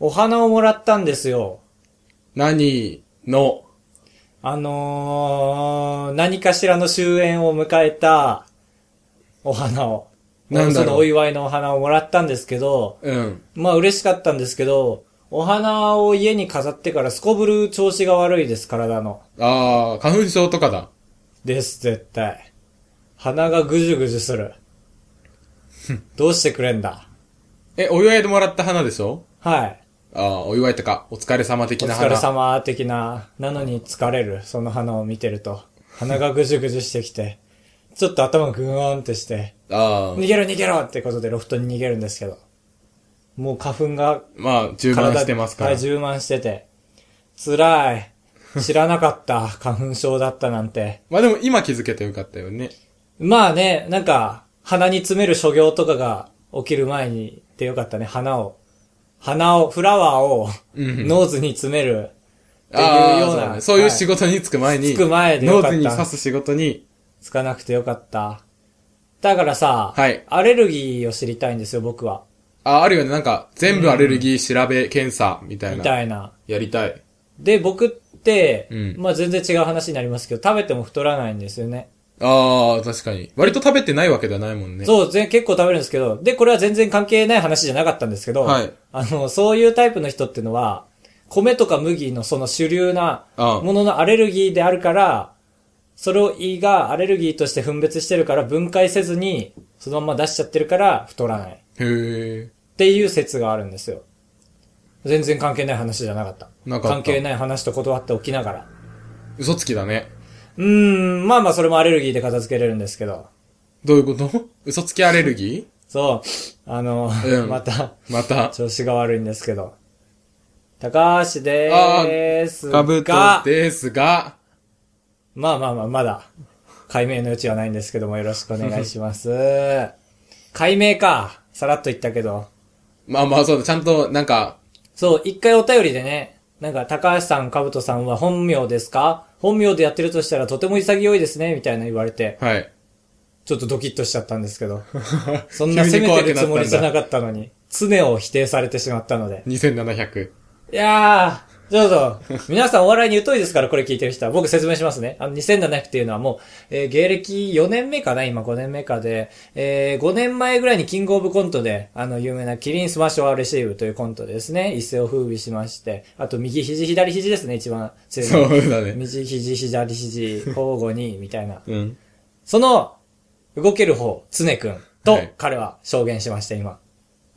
お花をもらったんですよ。何の、あのー、何かしらの終焉を迎えたお花を。なんだろうそのお祝いのお花をもらったんですけど、うん。まあ嬉しかったんですけど、お花を家に飾ってからすこぶる調子が悪いです、体の。あー、花粉症とかだ。です、絶対。鼻がぐじゅぐじゅす る。どうしてくれんだえ、お祝いでもらった花でしょはい。あー、お祝いとか、お疲れ様的おな疲花。れ様的な、なのに疲れる、その花を見てると。鼻がぐじゅぐじゅしてきて、ちょっと頭ぐーんってして、あ逃ー、げろ逃げろってことでロフトに逃げるんですけど。もう花粉がまあ、充満してますから。はい、充満してて。辛い。知らなかった。 花粉症だったなんて。まあでも今気づけてよかったよね。まあね、なんか、鼻に詰める所業とかが起きる前にでよかったね。花を。花を、フラワーを、うんノーズに詰める。っていうあようーなだねそういうはい仕事に就く前に、就く前でよかったノーズに刺す仕事に、つかなくてよかった。だからさ、はいアレルギーを知りたいんですよ、僕は。あー、あるよね。なんか、全部アレルギー調べ検査みたいみな。たいな。やりたい。で、僕って、うんまあ全然違う話になりますけど、食べても太らないんですよね。あー、確かに。割と食べてないわけではないもんね。そう、ぜ結構食べるんですけど、で、これは全然関係ない話じゃなかったんですけど、はいあの、そういうタイプの人っていうのは、米とか麦のその主流なああもののアレルギーであるから、それを胃がアレルギーとして分別してるから分解せずに、そのまま出しちゃってるから太らない。へー。っていう説があるんですよ。全然関係ない話じゃなかった。なかった関係ない話と断っておきながら。嘘つきだね。うーん、まあまあそれもアレルギーで片付けれるんですけど。どういうこと嘘つきアレルギそう、あの、うんまた、ーまた。調子が悪いんですけど。高橋でーすかぶとが、ですが、まあまあまあ、まだ、解明の余地はないんですけども、よろしくお願いします。解明か。さらっと言ったけど。まあまあそうだ、ちゃんとなんか、そう、一回お便りでね、なんか、高橋さん、かぶとさんは本名ですか本名でやってるとしたらとても潔いですね、みたいな言われて、はい。ちょっとドキッとしちゃったんですけ ど。 そんな責めてるつもりじゃなかったのに、常を否定されてしまったので。 2700。いやー、どうぞ。皆さんお笑いに疎いですから、これ聞いてる人は。僕説明しますね。あの、2007っていうのはもう、えー芸歴4年目かな今5年目かで、えー5年前ぐらいにキングオブコントで、あの、有名なキリンスマッシュアーレシーブというコントでですね、一世を風靡しまして、あと右肘、左肘ですね、一番強いそのは。うだね。右肘、左肘、交互に、みたいな。うん。その、動ける方、常くんとはい彼は証言しました、今。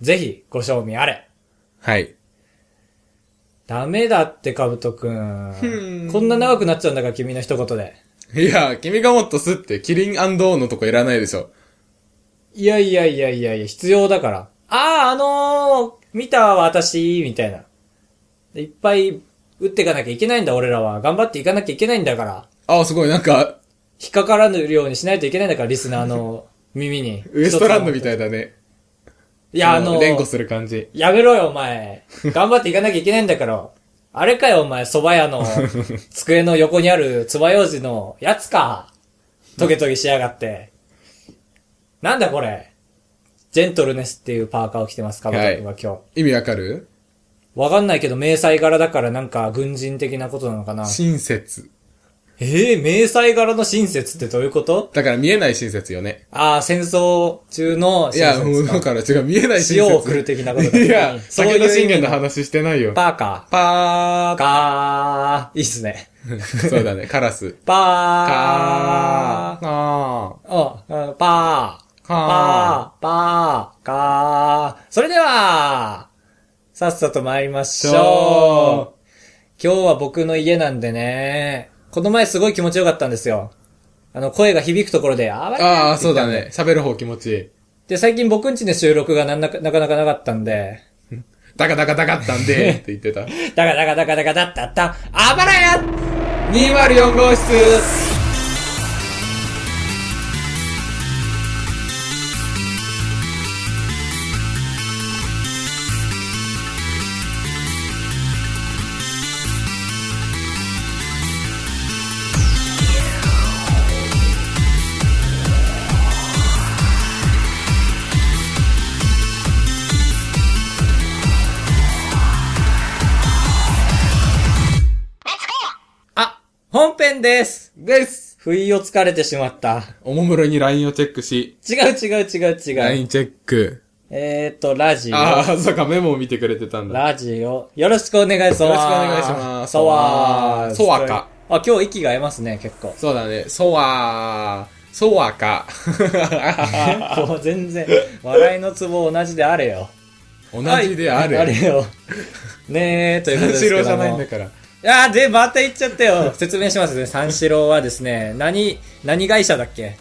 ぜひ、ご賞味あれ。はい。ダメだって、かぶとくふんん。こんな長くなっちゃうんだから、君の一言で。いや、君がもっとすって、キリンのとこいらないでしょ。いやいやいやいやいや、必要だから。ああ、あのー、見たわ、私、みたいな。いっぱい打っていかなきゃいけないんだ、俺らは。頑張っていかなきゃいけないんだから。あ、すごい、なんか、引っかからぬようにしないといけないんだから、リスナーの耳に。 ウエストランドみたい。いだね。いや、あの連呼ー、する感じ。やめろよ、お前。頑張っていかなきゃいけないんだから。あれかよ、お前、蕎麦屋 の、机の横にある、つばようじのやつか。トゲトゲしやがって。なんだこれ。ジェントルネスっていうパーカーを着てます、かぶと君は今日。意味わかるわかんないけど、迷彩柄だからなんか軍人的なことなのかな。親切。ええー、迷彩柄の親切ってどういうことだから見えない親切よね。ああ、戦争中のいや、親もう切だか。から違う、見えない親切。塩を送る的なことだいや、そういう意味武田信玄の話してないよ。パーカパー。かー。いいっすね。ー。そうだね、カラス。パーカ。ー。あー。あ、うんパー。かパー。パー。かー。それでは、さっさと参りましょう。今日は僕の家なんでね、この前すごい気持ちよかったんですよ。あの、声が響くところで、あばれああ、って言そっうただんでね。。喋る方気持ちいい。で、最近僕んちで収録がなんなかなかなかなかったんで、ダカダカダカったん で、って言ってた。だがだがだがだがだったった、あばらや204号室本編ですです不意をつかれてしまった。おもむろに LINE をチェックし、違う違う違う違う。 LINE チェック。えーっと、ラジオ。ああ、そうか、メモを見てくれてたんだ。ラジオ。よろしくお願いします。よろしくお願いしますそわー。そわか。あ、今日息が合いますね、結 構。そうだね、ソワー、ソワ か。もう全然、笑いのツボ同じであれよ。同じである。はいあれよ。ねえ、ということ三ですけ四ども。郎じゃないんだから。いやーで、また言っちゃったよ。説明しますね。三四郎はですね、何、何会社だっけ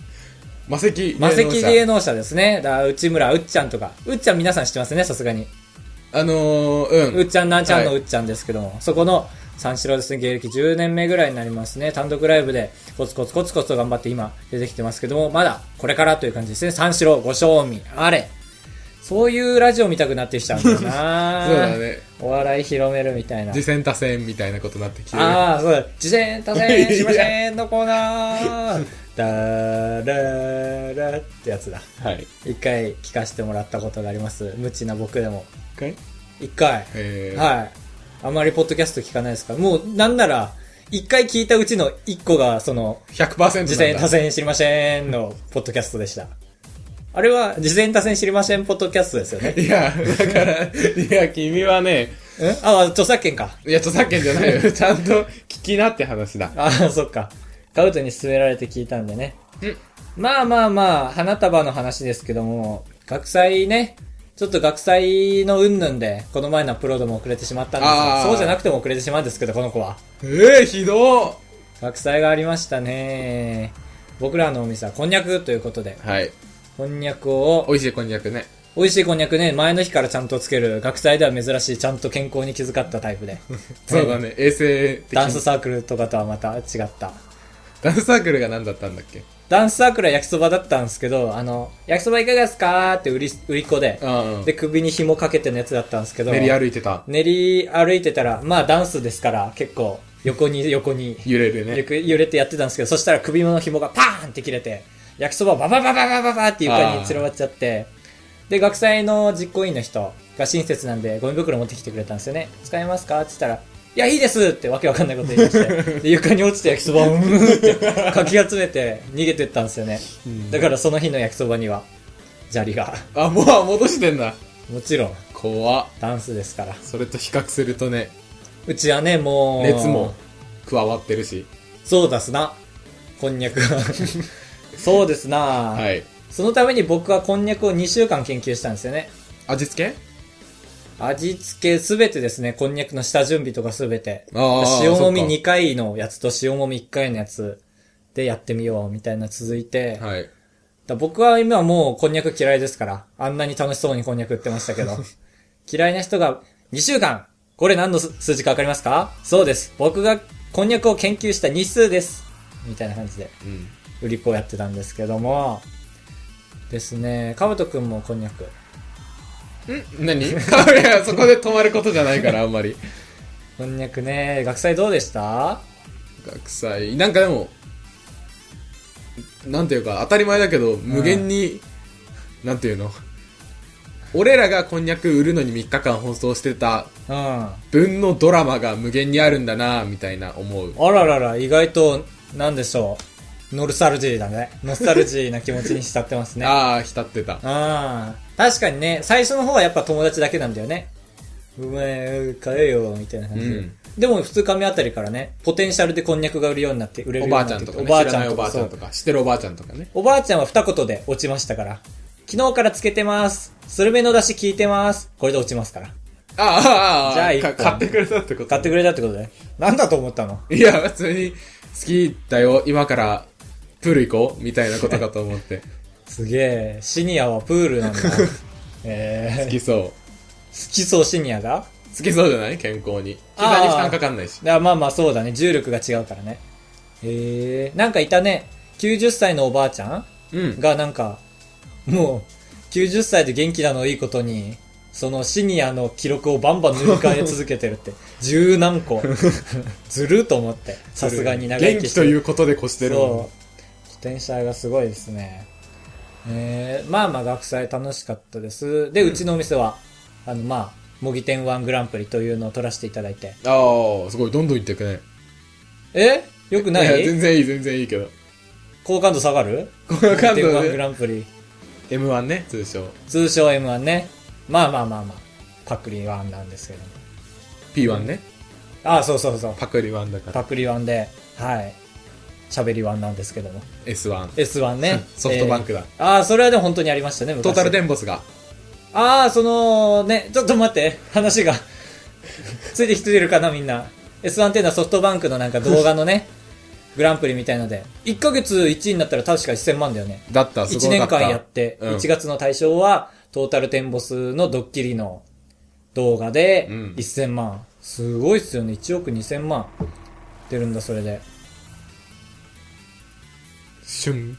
魔石芸能魔石者。芸能者ですね。だから内村うっちゃんとか。うっちゃん皆さん知ってますね、さすがに。あのー、ううっん。ちゃんなんちゃんのうっちゃんですけども、そこの三四郎ですね、芸歴10年目ぐらいになりますね。単独ライブでコツコツコツコツと頑張って今出てきてますけども、まだこれからという感じですね。三四郎、ご賞味、あれ。そういうラジオ見たくなってきちゃうんだよ なそうだ。ね。お笑い広めるみたいな。次戦多戦みたいなことになってきてる。ああ、そうだ。自転多戦しませんのコーナー。 ダーラーってやつだ。はい。一回聞かせてもらったことがあります。無知な僕でも。一回一回。えー、はい。あまりポッドキャスト聞かないですから。もう、なんなら、一回聞いたうちの一個が、その、 100%なんだ。自戦多戦知りませんのポッドキャストでした。あれは、自戦多戦知りませんポッドキャストですよね。いや、だから、いや、君はね、んあ、著作権か。いや、著作権じゃない よ。ちゃんと聞きなって話だ。ああ、そっか。カウトに勧められて聞いたんでね。うんまあまあまあ、花束の話ですけども、学祭ね、ちょっと学祭の云々で、この前のアップロードも遅れてしまったんですあーよそうじゃなくても遅れてしまうんですけど、この子は。ええひど学祭がありましたね。僕らのお店はこんにゃくということで、ーはい。こんにゃくを、美味しいこんにゃくね。美味しいこんにゃくね、前の日からちゃんとつける、学祭では珍しい、ちゃんと健康に気遣ったタイプ で。そうだね、衛生的にダンスサークルとかとはまた違った。ダンスサークルが何だったんだっけダンスサークルは焼きそばだったんですけど、あの、焼きそばいかがですかって売り、売り子で、うん。で、首に紐かけてのやつだったんですけど、練り歩いてた。練り歩いてたら、まあダンスですから、結構、横に横に、揺れるゆね。く揺れてやってたんですけど、そしたら首の紐がパーンって切れて、焼きそばバババババババって床に散らばっちゃって、で、学祭の実行委員の人が親切なんで、ゴミ袋持ってきてくれたんですよね。使えますかって言ったら、いや、いいですってわけわかんないこと言いまして、で床に落ちて焼きそばをうーんってかき集めて逃げてったんですよね。うんだからその日の焼きそばには、砂利が。あ、もう戻してんだ。もちろん、怖っダンスですから。それと比較するとね、うちはね、もう。熱も加わってるし。そうだすな。こんにゃく は。そうですな。はい。そのために僕はこんにゃくを2週間研究したんですよね。味付け味付けすべてですね、こんにゃくの下準備とかすべて。あー塩もみそっか2回のやつと塩もみ1回のやつでやってみようみたいな続いて。はい。だ僕は今もうこんにゃく嫌いですから、あんなに楽しそうにこんにゃく売ってましたけ ど、嫌いな人が2週間、これ何の数数字かわかりますかそうです。僕がこんにゃくを研究した日数です。みたいな感じで、うん。売り子をやってたんですけども、ですね、かぶとくんもこんにゃく。ん何 いや、そこで止まることじゃないから、あんまり。こんにゃくね、学祭どうでした学祭。なんかでも、なんていうか、当たり前だけど、無限に、なんていうの俺らがこんにゃく売るのに3日間放送してたうん。あ分のドラマが無限にあるんだなみたいな思う。ららら、意外と、なんでしょう。ノルサルジーだね。ノスタルジーな気持ちに浸ってますね。 ああ、浸ってた。ああ、確かにね、最初の方はやっぱ友達だけなんだよね。うめえ、買えよ、みたいな感じで。うんでも2日目あたりからね、ポテンシャルでこんにゃくが売るようになって、売れるよおうにばなあっちてゃきんてとかね。おばあ知ちゃらないんとおばかあちそゃんとう。か、知ってるおばあちゃんとかね。おばあちゃんは二言で落ちましたから。昨日からつけてます。スルメの出汁聞いてます。これで落ちますから。ああ、ああ、じゃあか一本買ってくれたってこと買ってくれたってことで。なんだと思ったのいや、普通に、好きだよ、今から、プール行こうみたいなことかと 思って。すげえ、シニアはプールなんだ。えー、好好きそきそうシニアがう。好きそうじゃない健康に。ああ膝に負担かかんないし。だまあまあそうだね、重力が違うからね。えー、なんかいたね、90歳のおばあちゃんうん。がなんか、もう、90歳で元気なのをいいことに、そのシニアの記録をバンバン塗り替え続けてるって。十何個。ずるっと思って。さすがに長生元き気してとるいうことで越してるもんねそう。ポテンシャルがすごいですね。えー、まあまあ学祭楽しかったです。で、うちのお店は、あの、まあ、模擬店ワングランプリというのを取らせていただいて。ああ、すごい、どんどん行ってくね。えよくないや全然いい、全然いいけど。好感度下がる好感度1.1グね。ランプリ。 M1 ね、通称。通称 M1 ね。まあまあまあまあ。パクリ1なんですけども。 P1 ね。ああ、そうそうそう。パクリ1だから。パクリ1で、はい。喋り1なんですけども。 S1。。S1 ね ソフトバンクだ。えー。ああ、それはでも本当にありましたね、昔トータルテンボスが。ああ、そのね、ちょっと待って、話が、ついてきてるかな、みんな。S1 っていうのはソフトバンクのなんか動画のね、グランプリみたいので、1ヶ月1位になったら確か1000万だよね。だった、すご1かった。年間やって、うん1月の対象は、トータルテンボスのドッキリの動画で、うん1000万。すごいっすよね。1億2000万出るんだ、それで。旬。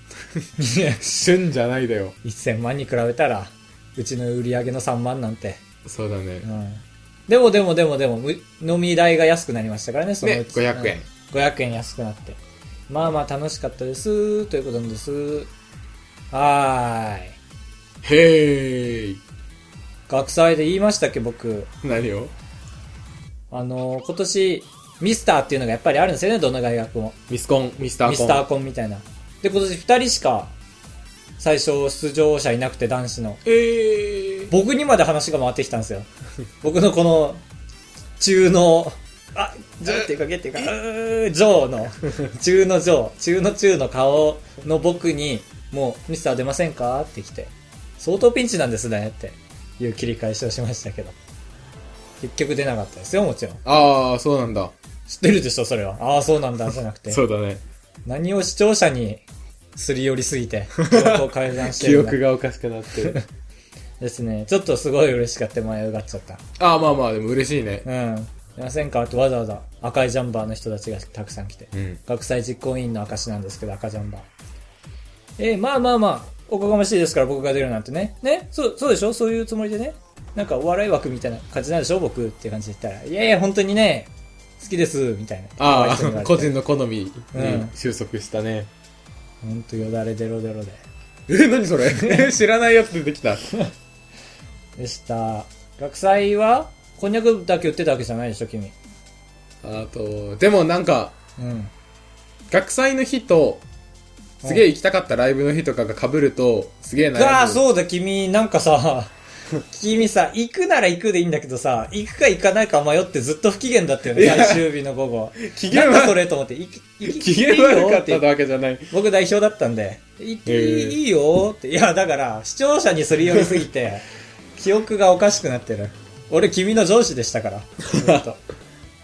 いや旬じゃないだよ。 1000万に比べたら、うちの売り上げの3万なんて。そうだねう。ん。でもでもでもでも、む飲み代が安くなりましたからね、そのうち。ね500円うん。500円安くなって。まあまあ楽しかったです、ということなんです。はーい。へーい。学祭で言いましたっけ、僕。何をあの、今年、ミスターっていうのがやっぱりあるんですよね、どの大学も。ミスコン、ミスターコン。ミスターコンみたいな。で、今年2人しか、最初出場者いなくて、男子の。えー。僕にまで話が回ってきたんです よ。僕のこの、中の、あ、ジョーっていうか、ゲっていうか、うー、ジョーの、中のジョー、中の中の顔の僕に、もう、ミスター出ませんかって来て、相当ピンチなんですね、っていう切り返しをしましたけど。結局出なかったですよ、もちろん。あー、そうなんだ。知ってるでしょ、それは。ああ、そうなんだ、じゃなくて。そうだね。何を視聴者にすり寄りすぎ て、情報改ざんして記るんだ憶がおかしくなっ てる。ですね。ちょっとすごい嬉しかった、迷うがっちゃった。あー、まあまあ、でも嬉しいね。うん。いませんかってわざわざ赤いジャンバーの人たちがたくさん来て。うん。学祭実行委員の証なんですけど、赤ジャンバー。えーまあまあまあ、おこがましいですから僕が出るなんてね。ねそう、そうでしょそういうつもりでね。なんかお笑い枠みたいな感じなんでしょ僕っていう感じで言ったら。いやいや、本当にね、好きです、みたいな。あ可愛い人に言わあ、れて個人の好みにうん収束したね。ほんとよだれデロデロで。え、何それ 知らないやつ出てきた。でした。学祭は、こんにゃくだけ売ってたわけじゃないでしょ君。あと、でもなんか、うん。学祭の日と、すげえ行きたかったライブの日とかが被ると、すげえ悩む。ああ、そうだ、君、なんか さ、君さ、行くなら行くでいいんだけどさ、行くか行かないか迷ってずっと不機嫌だったよね、いや最終日の午後。機嫌なんだそ悪れと思って、行き、行き、機嫌悪かっ行たっていいよわけじゃないて。僕代表だったんで、行ってへえいいよって。いや、だから、視聴者にすり寄りすぎ て、記憶がおかしくなってる。俺、君の上司でしたから、ずっ と。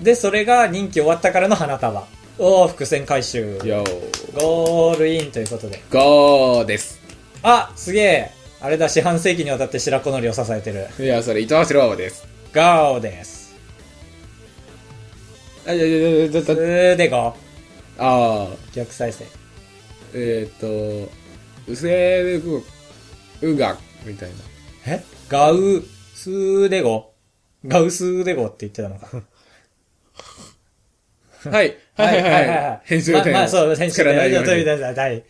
で、それが任期終わったからの花束。おー、伏線回収。よー。ゴールインということで。ゴーです。あ、すげえ。あれだ、四半世紀にわたって白子のりを支えてる。いや、それ、伊藤四郎です。ガオです。あ、いやいやいやいやうーでご。あー、逆再生。えーっと、うせーうが、みたいな。 えガウスーでご。ガウスーでごって言ってたのか。はい。はいはいはい。編集まあ点まあそう、を編集作点らないようじゃあとりに。あえずはい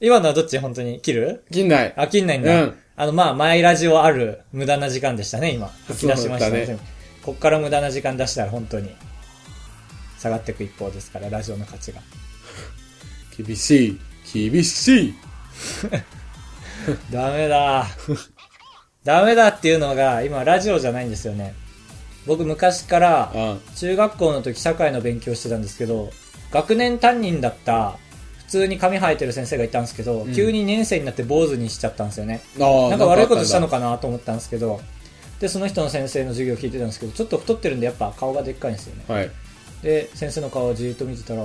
今のはどっち本当に切る銀内。あ、切んないんだ。うんあの、まあ、マイラジオある無駄な時間でしたね、今。吐き出しましたそうだね。ったねこっから無駄な時間出したら本当に下がっていく一方ですから、ラジオの価値が。厳しい。厳しい。ダメだ。 ダメだっていうのが、今ラジオじゃないんですよね。僕昔から、あ中学校の時社会の勉強してたんですけど学年担任だった普通に髪生えてる先生がいたんですけど、うん急に2年生になって坊主にしちゃったんですよねあー。なんか悪いことしたのかかなと思ったんですけどでその人の先生の授業聞いてたんですけどちょっと太ってるんでやっぱ顔がでっかいんですよねあったんだ。はい。で先生の顔をじーっと見てたら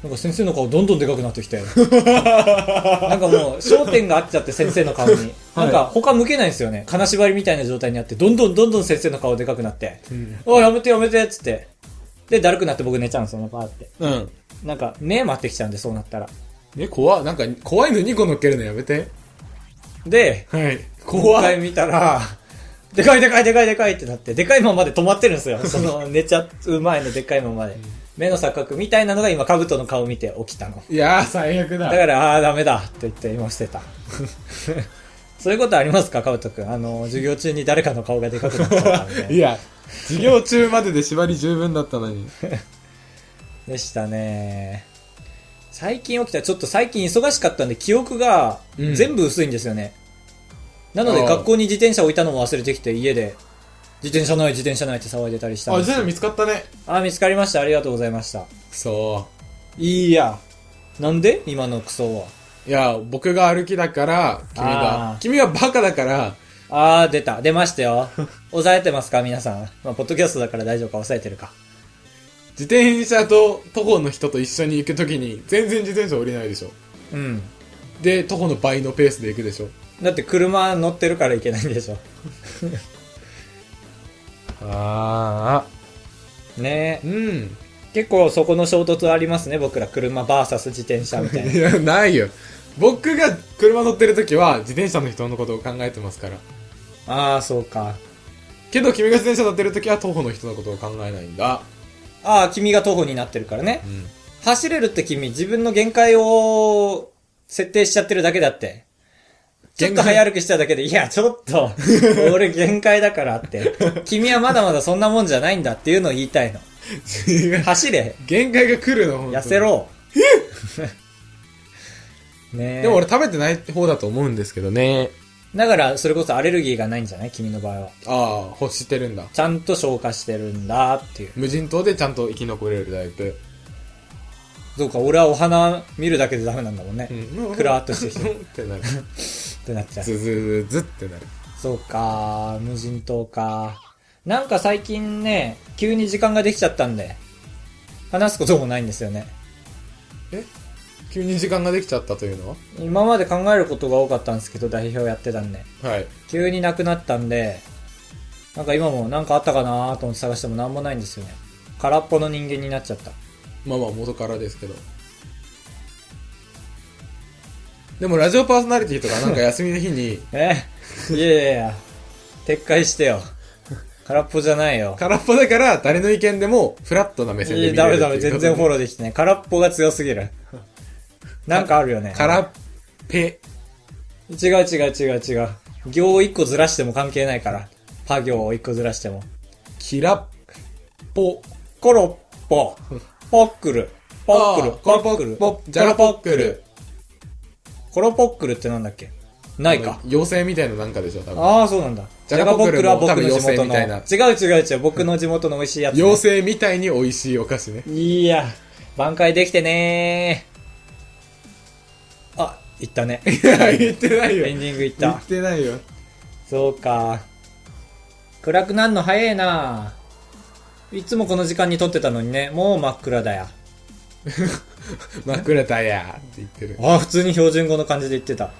なんか先生の顔どんどんでかくな ってきてなんかもう焦点が合っちゃって先生の顔になんか他向けないんですよね金縛りみたいな状態にあってどんどんどんどん先生の顔でかくなってうん。おいやめてやめてっつって。で、だるくなって僕寝ちゃうんですよね、パーって。うん。なんか、目待ってきちゃうんで、そうなったら。ね、怖っなんか、怖いの2個乗っけるのやめて。で、はい。今怖回い。見たら、でかいでかいでかいでかいってなって、でかいままで止まってるんですよ。その、寝ちゃう前のでっかいままで。目の錯覚みたいなのが今、カブトの顔見て起きたの。いやー、最悪だだ。から、ああー、ダメだって言って今してた。 そういうことありますか、カブトくん。あの、授業中に誰かの顔がでかくなっちゃったんで い。や、 授業中までで縛り十分だったのに。でしたね。最近起きた、ちょっと最近忙しかったんで、記憶がうん全部薄いんですよね。なので、ああ学校に自転車置いたのも忘れてきて、家で、自転車ない、自転車ないって騒いでたりしたんあ、です全部見つかったね。あ、見つかりました。ありがとうございました。そいいや。なんで今のクソは。う。いや、僕が歩きだから、君あがー、君はバカだから、あー、出た。出ましたよ。抑えてますか皆さん。まあ、ポッドキャストだから大丈夫か抑えてるか。自転車と徒歩の人と一緒に行くときに、全然自転車降りないでしょ。うん。で、徒歩の倍のペースで行くでしょ。だって車乗ってるからいけないんでしょ。あねあ。うん。結構そこの衝突ありますね。僕ら車 VS 自転車みたいな。 いや、ないよ。僕が車乗ってるときは、自転車の人のことを考えてますから。あー、そうか。けど、君が自転車乗ってるときは、徒歩の人のことを考えないんだ。あー、君が徒歩になってるからねう。ん。 走れるって君、自分の限界を設定しちゃってるだけだって。ちょっ限と界早歩きしただけで、いや、ちょっ と、俺限界だからって。君はまだまだそんなもんじゃないんだっていうのを言いたいの。違う。走れ、限界が来るの、本当に痩せ。 ろ。ねえ。でも俺食べてない方だと思うんですけどね。だから、それこそアレルギーがないんじゃない君の場合は。ああ、欲してるんだ。ちゃんと消化してるんだっていう。無人島でちゃんと生き残れるタイプ。そうか、俺はお花見るだけでダメなんだもんね。うんクラーっとしてきてうん ってなる。ってなっちゃう。ズズズズってなる。そうか、無人島か。なんか最近ね、急に時間ができちゃったんで、話すこともないんですよね。急に時間ができちゃったというのは今まで考えることが多かったんですけど、代表やってたんで。はい。急になくなったんで、なんか今もなんかあったかなと思って探してもなんもないんですよね。空っぽの人間になっちゃった。まあまあ元からですけど。でもラジオパーソナリティとかなんか休みの日 にえいやいやいや、撤回してよ。空っぽじゃないよ。空っぽだから誰の意見でもフラットな目線いでや見ダれるメっていうダメ、全然フォローできてない。空っぽが強すぎる。なんかあるよね。空っぺ。違う違う違う違う。行を一個ずらしても関係ないから。パ行を一個ずらしても。キラッポ。コロッポ。ポックル。ポックル。あーコロポックル。ポジャラポックル。コロポックルってなんだっけないか。妖精みたいななんかでしょ、多分。ああ、そうなんだ。ジャガポックルジャガも多分地元妖精みたいなの。違う違う違う。僕の地元の美味しいやつ、ね。妖精みたいに美味しいお菓子ね。いや、挽回できてねー。あ、行ったね。いや、言ってないよ。エンディング行っ言たっ。てないよ。そうか。暗くなるの早いな。いつもこの時間に撮ってたのにね、もう真っ暗だよ。枕だやって言ってる。ああ、普通に標準語の感じで言ってた。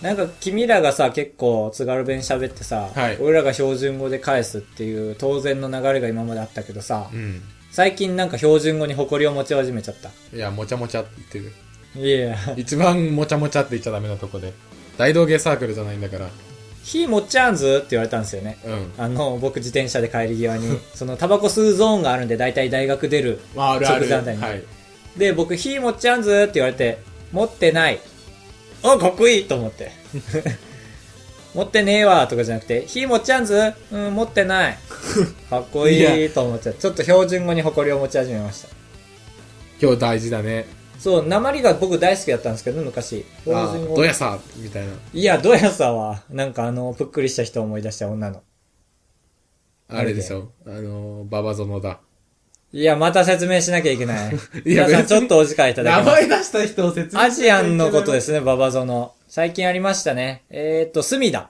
なんか君らがさ、結構津軽弁喋ってさ、はい俺らが標準語で返すっていう当然の流れが今まであったけどさう、ん。最近なんか標準語に誇りを持ち始めちゃった。いや、もちゃもちゃって言ってる。いや、一番もちゃもちゃって言っちゃダメなとこで。大道芸サークルじゃないんだから。火持っちゃうんずって言われたんですよね。うん。あの、僕自転車で帰り際に、 そのタバコ吸うゾーンがあるんで大体大学出るまあ、あるある。即座だよねはい。で、僕、火持っちゃうんずって言われて、持ってない。あ、かっこいいと思って。 持ってねえわとかじゃなくて、火持っちゃうんずうん、持って ない。かっこいいと思っちゃう。ちょっと標準語に誇りを持ち始めました。今日大事だね。そう、鉛が僕大好きだったんですけど、昔。あ標準ー語どやさみたいな。いや、どやさは、なんかあの、ぷっくりした人を思い出した女の。あれでしょ。あのー、ババゾノだ。いや、また説明しなきゃいけない。 いや皆さん、別ちにょっとお時間いただきます。出した人を説。アジアンのことですすね、ババゾノ。最近ありましたね。えー、っと、スミダ。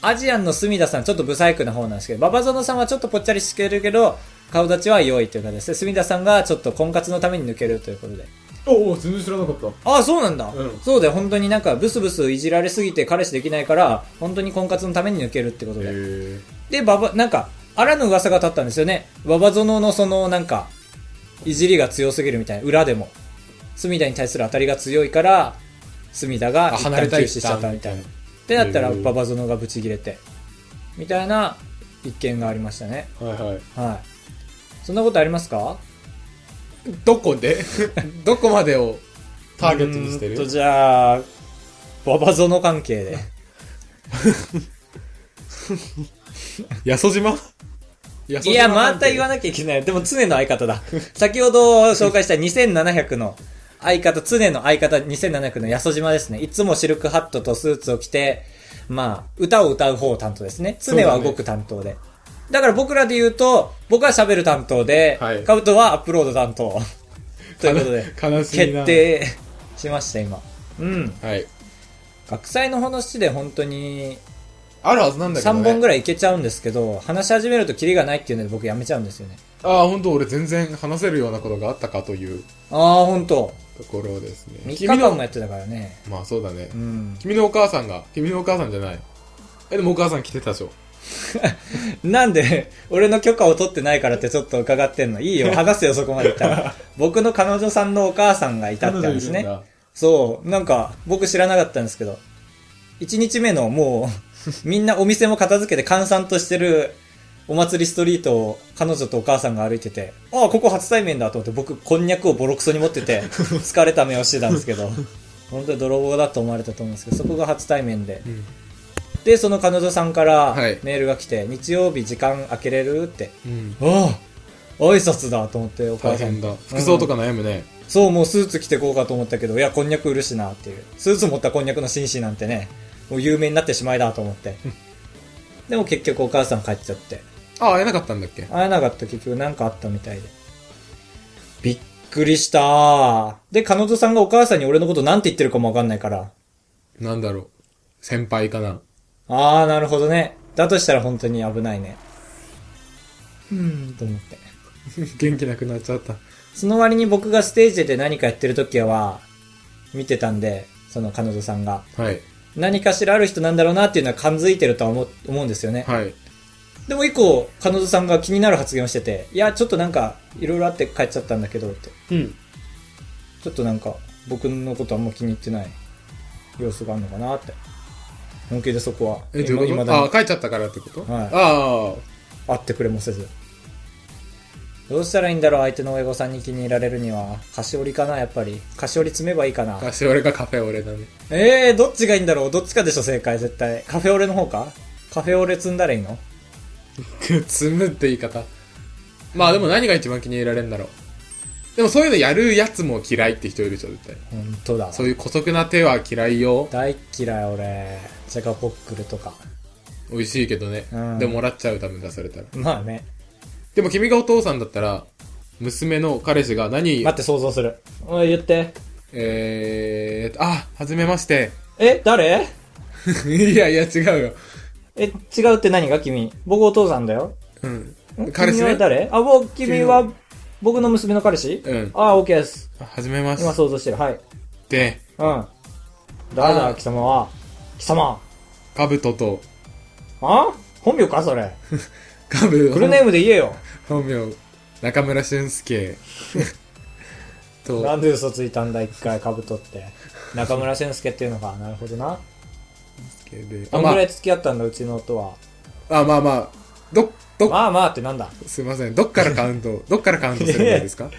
アジアンのスミダさん、ちょっとブサイクな方なんですけど、ババゾノさんはちょっとぽっちゃりしてるけど、顔立ちは良いというかですね、スミダさんがちょっと婚活のために抜けるということで。おお、全然知らなかった。ああ、そうなんだ。うんそうで、本当になんかブスブスいじられすぎて彼氏できないから、本当に婚活のために抜けるってことへで。え。で、ババ、なんか、あらぬ噂が立ったんですよね。ババゾノのその、なんか、いじりが強すぎるみたいな、裏でも。隅田に対する当たりが強いから、隅田があ一旦離れた休い止しちゃったみたいな。っ一旦てなったら、へーババゾノがブチ切れて。みたいな一件がありましたね。はいはい。はい。そんなことありますかどこで どこまでをターゲットにしてうーんと、るじゃあ、ババゾノ関係で。やそじまやいや、また言わなきゃいけない。でも常の相方だ。先ほど紹介した2700の相方、常の相方、2700の安島ですね。いつもシルクハットとスーツを着て、まあ、歌を歌う方を担当ですね。常は動く担当で。だから僕らで言うと、僕は喋る担当で、はいカブトはアップロード担 当。ということで、悲しいな決定しました、今。うん。はい。学祭の話で本当にあるはずなんだけど、ね。 3本ぐららい。いいけちゃうんですけど、話し始めるとキリがないっていうので僕やめちゃうんですよね。ああ、本当俺全然話せるようなことがあったかというああ、ほんと。ところですね。 3日君間のもやってたからね。まあそうだねう。ん。君のお母さんが、君のお母さんじゃない。え、でもお母さん来てたでしょ。なんで、俺の許可を取ってないからってちょっと伺ってんの。いいよ、話せよ、そこまで言ったら。僕の彼女さんのお母さんがいたって話彼女いるんね。だそう、なんか、僕知らなかったんですけど、1日目のもう、 みんなお店も片付けて閑散としてるお祭りストリートを彼女とお母さんが歩いてて、ああ、ここ初対面だと思って僕、こんにゃくをボロクソに持って て、疲れた目をしてたんですけど、本当に泥棒だと思われたと思うんですけど、そこが初対面で。うん。で、その彼女さんからはいメールが来て、日曜日時間空けれるって、うん。ああ、挨拶だと思ってお母大さんに変だ。服装とか悩むね。そう、もうスーツ着てこうかと思ったけど、いや、こんにゃく売るしなっていう。スーツ持ったこんにゃくの紳士なんてね、もう有名になってしまいだと思って。でも結局お母さん帰っちゃって。ああ、会えなかったんだっけ会えなかった結局なんかあったみたいで。びっくりしたー。で、彼女さんがお母さんに俺のことなんて言ってるかもわかんないから。なんだろう。先輩かな。あー、なるほどね。だとしたら本当に危ないね。うーん、と思って。 元気なくなっちゃった。その割に僕がステージで何かやってる時は、見てたんで、その彼女さんが。はい。何かしらある人なんだろうなっていうのは感づいてるとは思う思うんですよね。はい。でも一個、彼女さんが気になる発言をしてて、いや、ちょっとなんか、いろいろあって帰っちゃったんだけどって、うん。ちょっとなんか、僕のことあんま気に入ってない様子があるのかなって。本気でそこは、え、どういうこ今とあだあ、に帰っちゃったからってことはいあ会ってくれもせず。どうしたらいいんだろう、相手の親御さんに気に入られるには。菓子折りかな、やっぱり。菓子折り詰めばいいかなあ。。昔俺がカフェ俺だね。えー、どっちがいいんだろうどっちかでしょ、正解、絶対。カフェオレの方かカフェオレ積んだらいいの積むって言い方。まあでも何が一番気に入られるんだろう。でもそういうのやるやつも嫌いって人いるでしょ、絶対。本当だ。そういう姑息な手は嫌いよ。大っ嫌い俺ジャガポックルとか美味しいけどね。うんでももらっちゃう多分出されたら。まあねでも君がお父さんだったら、娘の彼氏が何、待って想像するおい言ってえーと、あ、はじめまして。 え誰いやいや、違うよ。え違うって何が君僕お父さんだようんん。彼氏君はね。誰あ僕君君はは僕の娘の彼氏うん。ああ OK ですはじめま今し想像してるはいて。うん誰あだー貴様は貴様カブトと、あ本名かそれカブフルネームで言えよ本名、中村 俊介。と、なんで嘘ついたんだ一回かぶとって中村俊介っていうのかなるほどなでどあ、んぐまらい付き合ったんだうちの夫はあ、あまあまあ、ど、ど、まあまあってなんだすいません。どっからカウン ト、どっからカウントするんですか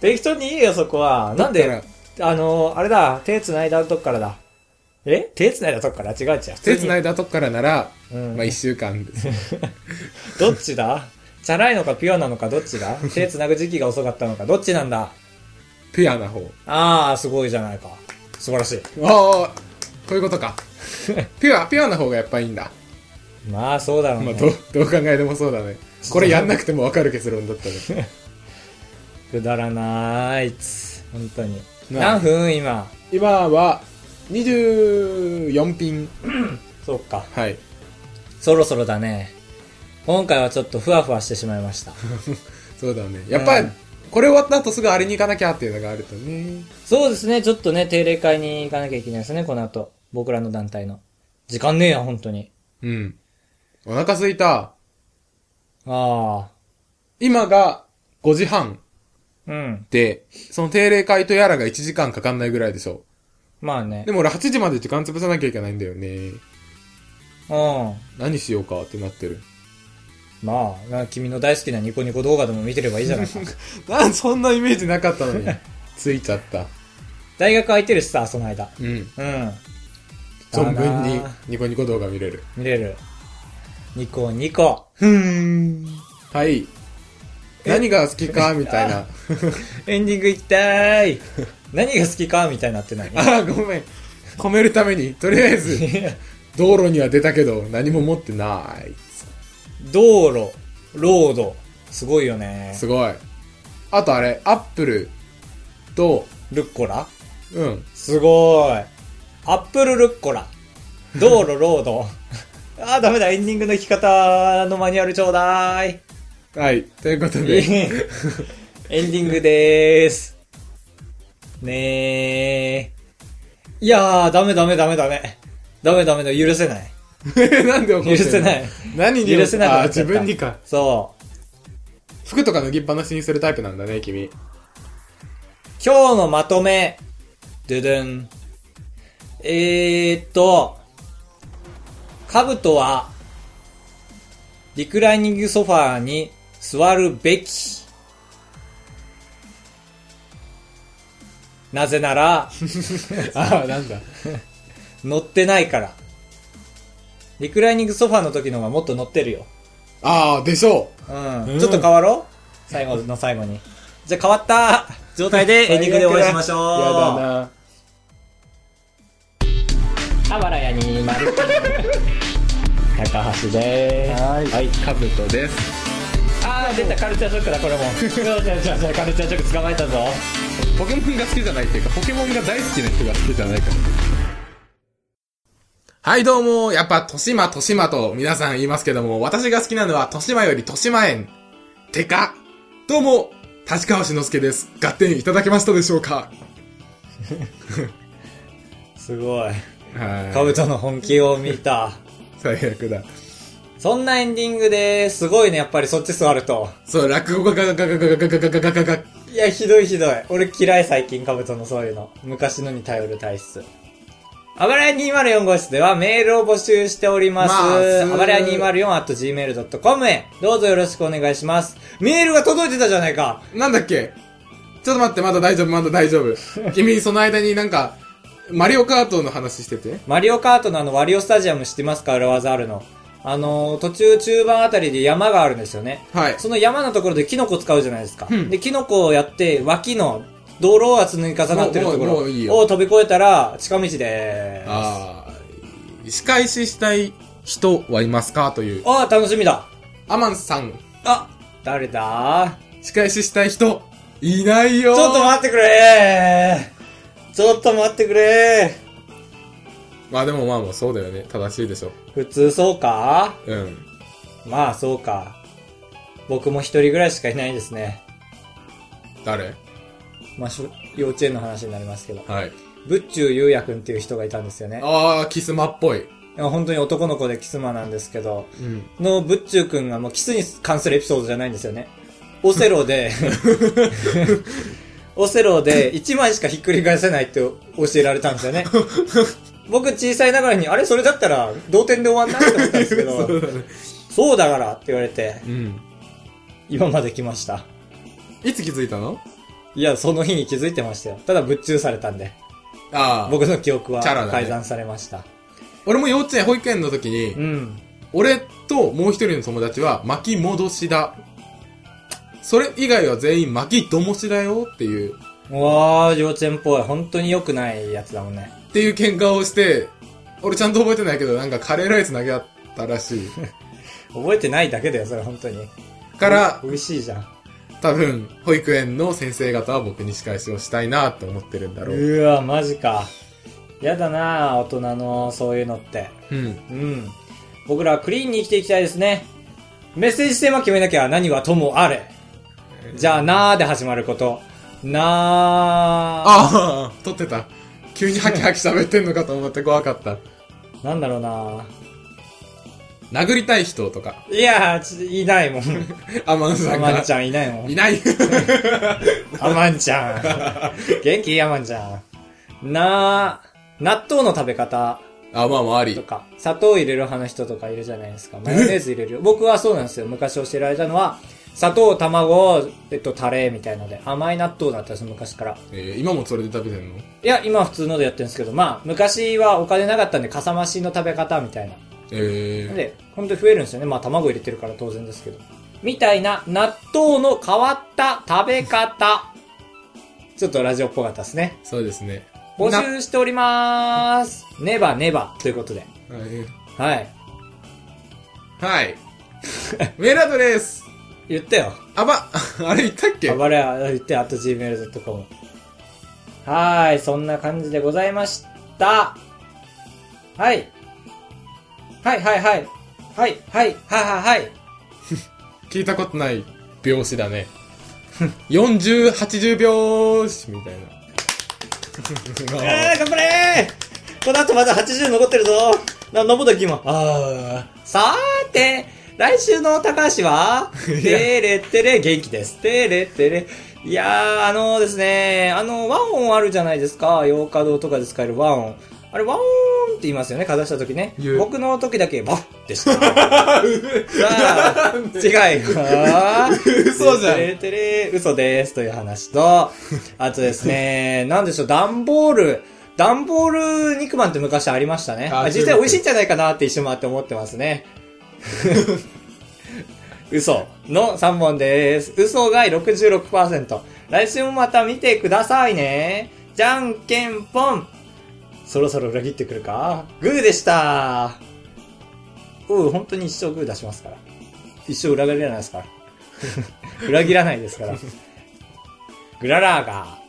適当に言えよ、そこは。なんだからで、あのー、あれだ、手繋いだとこからだ。え手繋いだとこから違う違う。手繋いいだとこからなら、うんまあ一週間です。 どっちだチャラいのかピュアなのかどっちだ手繋ぐ時期が遅かったのかどっちなんだピュアな方。あー、すごいじゃないか。素晴らしい。ああ、こういうことか。 ピュア、ピュアな方がやっぱいいんだ。まあ、そうだろうまあ、ね。どう、どう考えてもそうだね。これやんなくてもわかる結論だったね。くだらなーいあいつ。本当に。なあ何分今。今は、24ピン。そうか。はい。そろそろだね。今回はちょっとふわふわしてしまいました。そうだね。やっぱ、うんこれ終わった後すぐあれに行かなきゃっていうのがあるとね。そうですね、ちょっとね、定例会に行かなきゃいけないですね、この後。僕らの団体の。時間ねえや、本当に。うん。お腹すいた。あ今が5時半あ。うん。で、その定例会とやらが1時間かかんないぐらいでしょ。まあねで。も俺8時まで時間潰さなきゃいけないんだよね。う何しようかってなってる。ん。まあ、な君の大好きなニコニコ動画でも見てればいいじゃないか。 なんそんなイメージなかったのに。 ついちゃった。大学空いてるしさ、その間。うん。うん。存分にだなニコニコ動画見れる。見れる。ニコニコ。ふーん。はい。何が好きかみたいな。エンディング行きたー い。何が好きかみたいになってない。 ああ、ごめん。褒めるために、とりあえ ず、道路には出たけど、何も持ってない。道路、ロード、すごいよね。すごい。あとあれ、アップルと、ルッコラうん。すごい。アップルルッコ ラ。道路、ロード。あー、ダメだ。エンディングの生き方のマニュアルちょうだーい。はい。ということえで、へへ エンディングでーす。ねー。いやー、ダメダメダメダメ。ダメダメだ、許せない。 なんで怒ってんの許せない。何に許せなくあなーっちゃ自った分にか。そう。服とか脱ぎっぱなしにするタイプなんだね、君。今日のまとめ。ででん。えーっと、兜は、リクライニングソファーに座るべき。なぜな ら、ああ、なんだ。乗ってないから。リクライニングソファーの時の方がもっと乗ってるよ。ああ、でしょうん。うんちょっと変わろう最後の最後に。じゃあ変わった状態でう。エンディングでお会いしましょう。 やだな。あばらやにまる。高橋でーす。はい。かぶとです。あー、出た、カルチャーショックだ、これも。そうそうそうそうカルチャーショック捕まえたぞ。ポケモンが好きじゃないっていうか、ポケモンが大好きな人が好きじゃないから。はい、どうも。やっぱ、豊島、豊島と皆さん言いますけども、私が好きなのは、豊島より豊島園。てか、どうも、立川志の輔です。合点いただけましたでしょうかすごい。かはぶとの本気を見た。い。最悪だ。そんなエンディングでーす。すごいね、やっぱりそっち座ると。そう、落語家がガガガガガガガガガガガガいや、ひどいひどい。俺嫌い最近、カブトのそういうの。昔のに頼る体質。あばらや204号室ではメールを募集しております。まあすーあばらや 204.gmail.com へどうぞよろしくお願いします。メールが届いてたじゃないか。なんだっけちょっと待って、まだ大丈夫、まだ大丈夫。君、その間になんか、マリオカートの話してて。マリオカートのあのワリオスタジアム知ってますか裏技あるの。あのー途中中盤あたりで山があるんですよね。はい。その山のところでキノコ使うじゃないですか。うんで、キノコをやって、脇の道路を厚塗り重なってるとこもうもうもういいよろを飛び越えたら、近道でーす。あー仕返ししたい人はいますかという。ああ、楽しみだ。アマンさん、あ、誰だ仕返ししたい人、いないちよょっと待ってくれーちょっと待ってくれまあでもまあもうそうだよね。正しいでしょ。ー普通そうかうん。まあそうか。僕も一人ぐらいしかいないですね。誰まあ、しょ幼稚園の話になりますけど。はい。ブッチューゆうやくんっていう人がいたんですよね。あー、キスマっぽい。いや本当に男の子でキスマなんですけど、うん。のブッチューくんがもうキスに関するエピソードじゃないんですよね。オセロ で、オセロで1枚しかひっくり返せないって教えられたんですよね。僕小さいながらに、あれそれだったら同点で終わんないと思ったんですけど、 そうだね。そうだからって言われて、うん。今まで来ました。いつ気づいたのいや、その日に気づいてましたよ。ただブッチューされたんで、あー、僕の記憶はチャラだね改ざんされました。俺も幼稚園、保育園の時にう、ん。俺ともう一人の友達は巻き戻しだ。それ以外は全員巻きどもしだよっていう、うわー、幼稚園っぽい。本当に良くないやつだもんね。っていう喧嘩をして、俺ちゃんと覚えてないけど、なんかカレーライス投げ合ったら しい。覚えてないだけだよ、それ本当に。から美、味しいじゃん。多分、保育園の先生方は僕に仕返しをしたいなって思ってるんだろう。うわ、マジか。やだなあ大人のそういうのって。うん。うん。僕らはクリーンに生きていきたいですね。メッセージテーマ決めなきゃ何はともあれ。じゃあなーで始まること。なー。ああ、撮ってた。急にハキハキ喋ってんのかと思って怖かった。なんだろうな殴りたい人とか、いやー、ちいないもん。アマン さアんが。マンちゃんいないもんい。ない。 アマンちゃん。元気アマンちゃん。なー。納豆の食べ方。あ、まあまああとり。か、砂糖入れる派の人とかいるじゃないですか。マヨネーズ入れる。僕はそうなんですよ。昔教えられたのは、砂糖、卵、えっと、タレみたいので、甘い納豆だったんです、昔から。えー今もそれで食べてんのいや、今は普通のでやってるんですけど、まあ、昔はお金なかったんで、かさ増しの食べ方みたいな。えーで、ほんと増えるんですよね。まあ、卵入れてるから当然ですけど。みたいな納豆の変わった食べ方。ちょっとラジオっぽかったですね。そうですね。募集しておりまーす。ネバネバということで。なはいはい。はい。メールアドレス。言ったよ。あば、 あれ言ったっけあばれや言って、あと gmail.com。はーい、そんな感じでございました。はい。はいはいはい。はいはいはいはいはい。聞いたことない拍子だね。40、80拍子みたいな。 あー、頑張れーこの後まだ80残ってるぞな、のぼときも。あー。さーて、来週の高橋 は、てれってれ元気です。てれってれ。いやー、あのですね、あの、和音あるじゃないですか。洋華堂とかで使える和音。あれ、和音って言いますよね、かざした時ね言う。僕の時だけ、バッでした。さ あ、違います。嘘じゃんてれてれ、嘘ですという話と、あとですね、なんでしょう、段ボール。段ボール肉まんって昔ありましたね。ああ実際美味しいんじゃないかなって一瞬もあって思ってますね。 嘘の3本です。嘘がい66%。来週もまた見てくださいね。じゃんけんぽん。そろそろ裏切ってくるかグーでしたうー、本当に一生グー出しますから。一 生裏切らないですから。裏切らないですから。グララーガー。